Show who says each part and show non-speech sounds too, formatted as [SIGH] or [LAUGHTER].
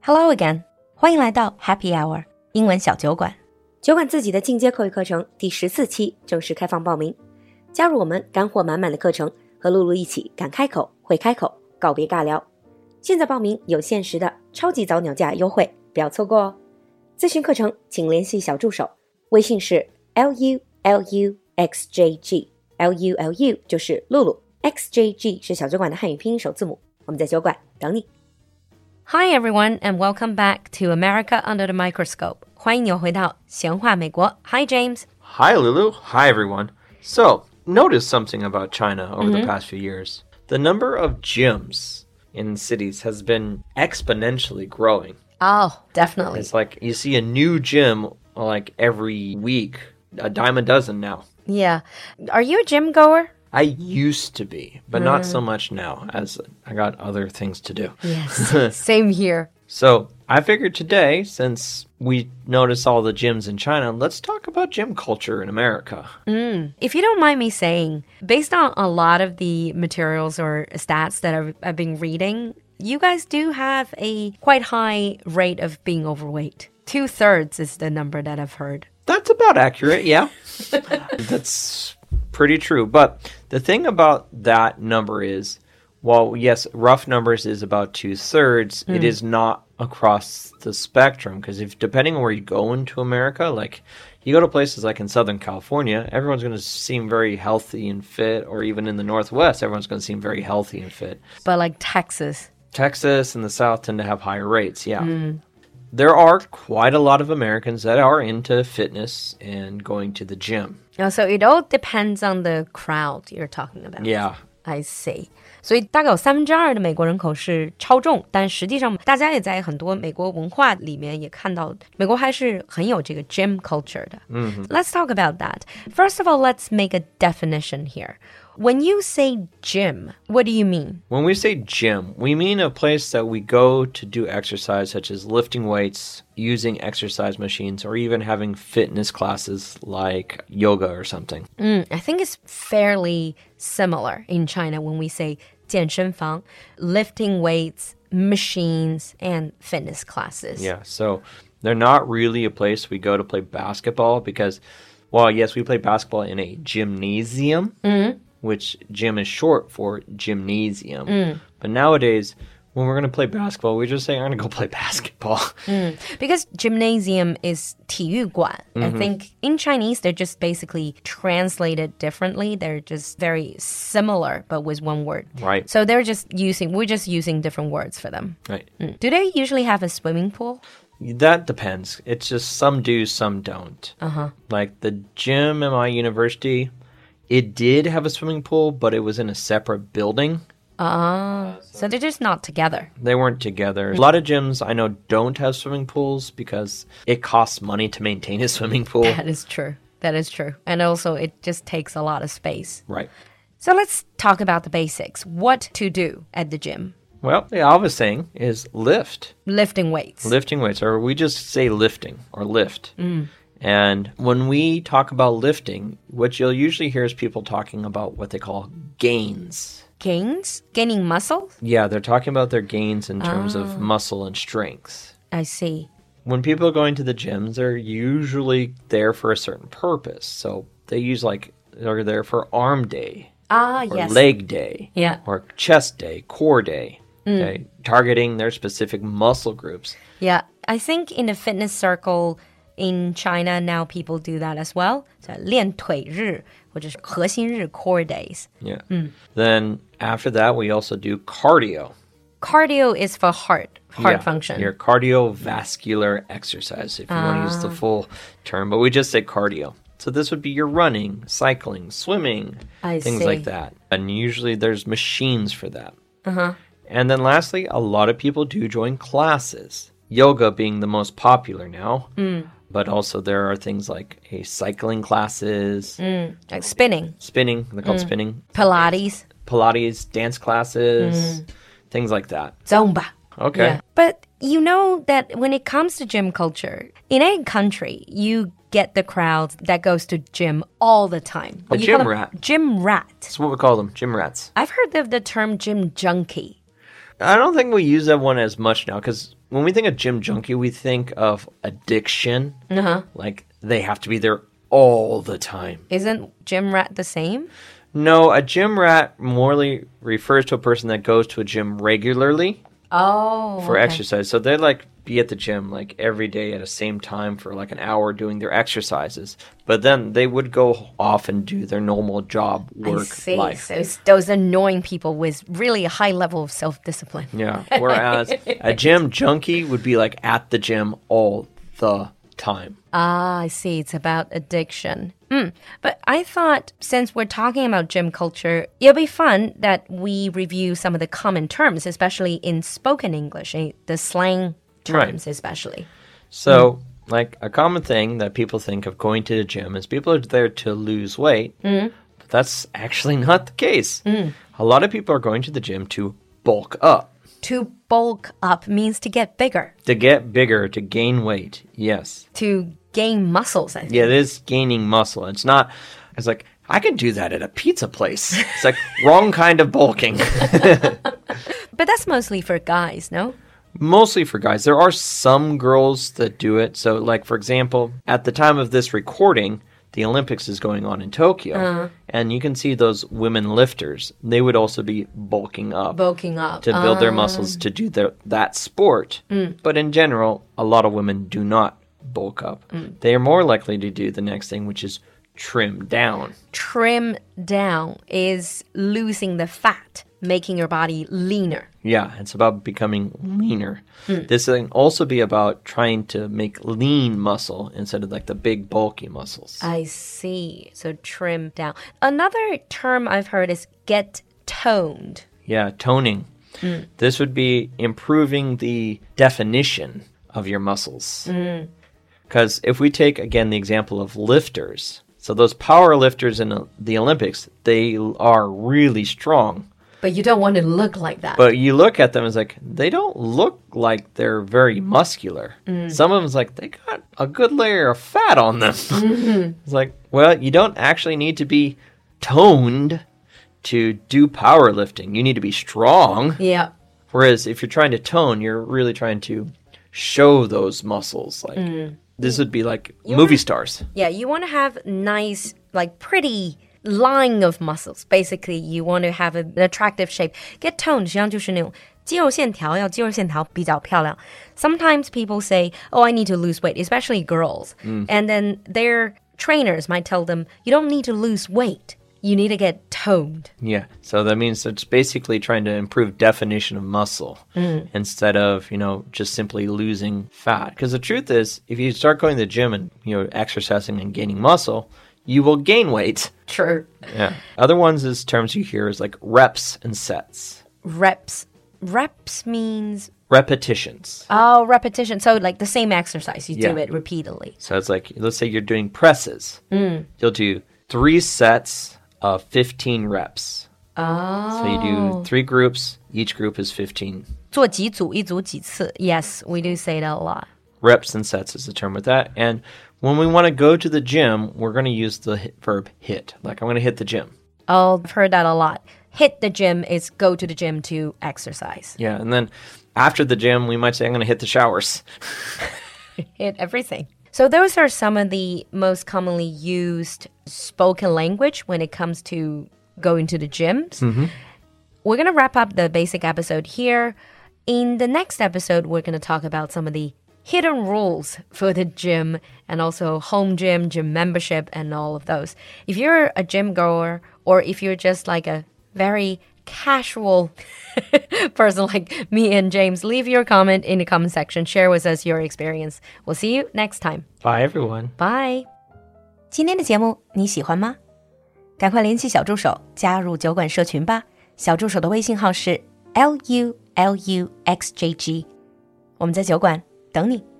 Speaker 1: Hello again，欢迎来到 Happy Hour 英文小酒馆。
Speaker 2: 酒馆自己的进阶口语课程第十四期正式开放报名，加入我们干货满满的课程，和露露一起敢开口、会开口，告别尬聊。现在报名有限时的超级早鸟价优惠，不要错过哦！咨询课程请联系小助手，微信是 l u l u x j g l u l u 就是露露，x j g 是小酒馆的汉语拼音首字母。我们在酒馆等你。
Speaker 1: Hi everyone and welcome back to America Under the Microscope。欢迎你回到闲话美国。Hi James。
Speaker 3: Hi, Lulu. Hi, everyone. So, notice something about China over the past few years. The number of gyms in cities has been exponentially growing.
Speaker 1: Oh, definitely.
Speaker 3: It's like you see a new gym like every week, a dime a dozen now.
Speaker 1: Yeah. Are you a gym goer?
Speaker 3: I used to be, but not so much now as I got other things to do.
Speaker 1: Yes. Same here.
Speaker 3: So, I figured today, since we notice all the gyms in China, let's talk about gym culture in America.
Speaker 1: If you don't mind me saying, based on a lot of the materials or stats that I've, I've been reading, you guys do have a quite high rate of being overweight. Two thirds is the number that I've heard.
Speaker 3: That's about accurate, yeah. That's pretty true. But the thing about that number is, while yes, rough numbers is about two thirds, it is not across the spectrum. Because if depending on where you go into America, like you go to places like in Southern California, everyone's going to seem very healthy and fit, or even in the Northwest, everyone's going to seem very healthy and fit.
Speaker 1: But like Texas,
Speaker 3: Texas and the South tend to have higher rates, yeah. There are quite a lot of Americans that are into fitness and going to the gym.
Speaker 1: Oh, so it all depends on the crowd you're talking about.
Speaker 3: Yeah.
Speaker 1: I see. 所以大概有三分之二的美国人口是超重，但实际上大家也在很多美国文化里面也看到，美国还是很有这个 gym culture 的。嗯、Let's talk about that. First of all, let's make a definition here. When you say gym, what do you mean?
Speaker 3: When we say gym, we mean a place that we go to do exercise, such as lifting weights, using exercise machines, or even having fitness classes like yoga or something.
Speaker 1: I think it's fairly similar in China when we say 健身房, lifting weights, machines, and fitness classes.
Speaker 3: Yeah, so they're not really a place we go to play basketball because, well, yes, we play basketball in a gymnasium, which gym is short for gymnasium. But nowadays, when we're going to play basketball, we just say, I'm going to go play [LAUGHS] basketball.
Speaker 1: Because gymnasium is 体育馆. I
Speaker 3: Mm-hmm.
Speaker 1: think in Chinese, they're just basically translated differently. They're just very similar, but with one word.
Speaker 3: Right.
Speaker 1: So they're just using, we're just using different words for them. Mm.
Speaker 3: right.
Speaker 1: Do they usually have a swimming pool?
Speaker 3: That depends. It's just some do, some don't. Uh huh. Like the gym at my university, it did have a swimming pool, but it was in a separate building.
Speaker 1: So they're just not together.
Speaker 3: They weren't together. A lot of gyms I know don't have swimming pools because it costs money to maintain a swimming pool.
Speaker 1: [LAUGHS] That is true. That is true. And also, it just takes a lot of space.
Speaker 3: right.
Speaker 1: So let's talk about the basics. What to do at the gym?
Speaker 3: Well, the obvious thing is lift.
Speaker 1: Lifting weights.
Speaker 3: Lifting weights, or we just say lifting or lift. And when we talk about lifting, what you'll usually hear is people talking about what they call gains.
Speaker 1: Gains? Gaining muscle?
Speaker 3: Yeah, they're talking about their gains in terms of muscle and strength.
Speaker 1: I see.
Speaker 3: When people are going to the gyms, they're usually there for a certain purpose. So they use like they're there for arm day,
Speaker 1: Ah,
Speaker 3: or
Speaker 1: yes.
Speaker 3: leg day,
Speaker 1: Yeah. Mm.
Speaker 3: or chest day, core day. Okay, targeting their specific muscle groups.
Speaker 1: Yeah, I think in the fitness circle in China now people do that as well. So 练腿日或者是核心日 core days.
Speaker 3: Yeah.
Speaker 1: Mm.
Speaker 3: Then after that, we also do cardio.
Speaker 1: Cardio is for heart heart
Speaker 3: Yeah,
Speaker 1: function.
Speaker 3: Your cardiovascular exercise, if you want to use
Speaker 1: Ah.
Speaker 3: the full term, but we just say cardio. So this would be your running, cycling, swimming,
Speaker 1: I
Speaker 3: things
Speaker 1: see.
Speaker 3: like that. And usually there's machines for that. Uh-huh. And then lastly, a lot of people do join classes. Yoga being the most popular now.
Speaker 1: Mm.
Speaker 3: But also there are things like a cycling classes,
Speaker 1: Like spinning,
Speaker 3: spinning, they're
Speaker 1: Mm.
Speaker 3: called spinning,
Speaker 1: Pilates,
Speaker 3: Pilates, dance classes, things like that.
Speaker 1: Zumba.
Speaker 3: Okay.
Speaker 1: Mm. Yeah. But you know that when it comes to gym culture, in any country, you get the crowd that goes to gym all the time.
Speaker 3: A
Speaker 1: You
Speaker 3: gym
Speaker 1: call them
Speaker 3: rat.
Speaker 1: Gym rat.
Speaker 3: That's what we call them, gym rats.
Speaker 1: I've heard of the term gym junkie.
Speaker 3: I don't think we use that one as much now because when we think of gym junkie, we think of addiction.
Speaker 1: Uh-huh.
Speaker 3: Like they have to be there all the time.
Speaker 1: Isn't gym rat the same?
Speaker 3: No, a gym rat morally refers to a person that goes to a gym regularly
Speaker 1: Oh.
Speaker 3: for exercise. So they like be at the gym like every day at the same time for like an hour doing their exercises. But then they would go off and do their normal job work
Speaker 1: See,
Speaker 3: life.
Speaker 1: so it's those annoying people with really a high level of self discipline.
Speaker 3: Yeah. Whereas a gym junkie would be like at the gym all the time.
Speaker 1: Ah, I see. It's about addiction. Hmm. But I thought since we're talking about gym culture, it'll be fun that we review some of the common terms, especially in spoken English, eh, the slang
Speaker 3: Right.
Speaker 1: terms, especially.
Speaker 3: So, like a common thing that people think of going to the gym is people are there to lose weight, but that's actually [LAUGHS] not the case. A lot of people are going to the gym to bulk up,
Speaker 1: To bulk up means to get bigger,
Speaker 3: to get bigger, to gain weight. Yes.
Speaker 1: to gain muscles, I think.
Speaker 3: Yeah, it is gaining muscle. It's not, it's like, I could do that at a pizza place. It's like wrong kind of bulking.
Speaker 1: But that's mostly for guys, no?
Speaker 3: mostly for guys. There are some girls that do it. So, like for example, at the time of this recording, the Olympics is going on in Tokyo, and you can see those women lifters. They would also be bulking up
Speaker 1: Bulking up. Uh,
Speaker 3: to build their muscles to do their, that sport. But in general, a lot of women do not bulk up. They are more likely to do the next thing, which is trim down.
Speaker 1: trim down is losing the fat, making your body leaner.
Speaker 3: Yeah, it's about becoming leaner. This can also be about trying to make lean muscle instead of like the big bulky muscles.
Speaker 1: I see. So trim down. Another term I've heard is get toned.
Speaker 3: yeah, toning. This would be improving the definition of your muscles. Because if we take again the example of lifters, so those power lifters in uh, the Olympics, they l- are really strong.
Speaker 1: But you don't want to look like that.
Speaker 3: But you look at them, it's like they don't look like they're very muscular. Some of them's like they got a good layer of fat on them. [LAUGHS] it's like, well, you don't actually need to be toned to do powerlifting. You need to be strong.
Speaker 1: yeah.
Speaker 3: Whereas if you're trying to tone, you're really trying to show those muscles. Like this would be like movie stars.
Speaker 1: Yeah, you want to have nice, like pretty line of muscles. Basically, you want to have an attractive shape. Get toned 实际上就是那种肌肉线条要肌肉线条比较漂亮。Sometimes people say, "Oh, I need to lose weight," especially girls, and then their trainers might tell them, "You don't need to lose weight. You need to get toned."
Speaker 3: Yeah. So that means it's basically trying to improve definition of muscle instead of, you know, just simply losing fat. Because the truth is, if you start going to the gym and, you know, exercising and gaining muscle, you will gain weight.
Speaker 1: True.
Speaker 3: Yeah. Other ones is terms you hear is like reps and sets,
Speaker 1: Reps. Reps means
Speaker 3: repetitions.
Speaker 1: oh repetition. So like the same exercise, you do
Speaker 3: Yeah.
Speaker 1: it repeatedly.
Speaker 3: So it's like, let's say you're doing presses. You'll do three sets of 15 reps.
Speaker 1: Oh.
Speaker 3: So you do three groups, each group is 15
Speaker 1: 做几组，一组几次。Yes, we do say that a lot.
Speaker 3: reps and sets is the term with that. And when we want to go to the gym, we're going to use the hit, verb hit. Like, I'm going to hit the gym.
Speaker 1: Oh, I've heard that a lot. Hit the gym is go to the gym to exercise.
Speaker 3: Yeah. And then after the gym, we might say, I'm going to hit the showers.
Speaker 1: Hit everything. So those are some of the most commonly used spoken language when it comes to going to the gyms. We're going to wrap up the basic episode here. In the next episode, we're going to talk about some of the hidden rules for the gym and also home gym, gym membership, and all of those. If you're a gym goer or if you're just like a very casual person like me and James, leave your comment in the comment section. Share with us your experience. We'll see you next time.
Speaker 3: Bye, everyone.
Speaker 1: Bye. 今天的节目你喜欢吗？赶快联系小助手加入酒馆社群吧。小助手的微信号是 l u l u x j g，我们在酒馆等你。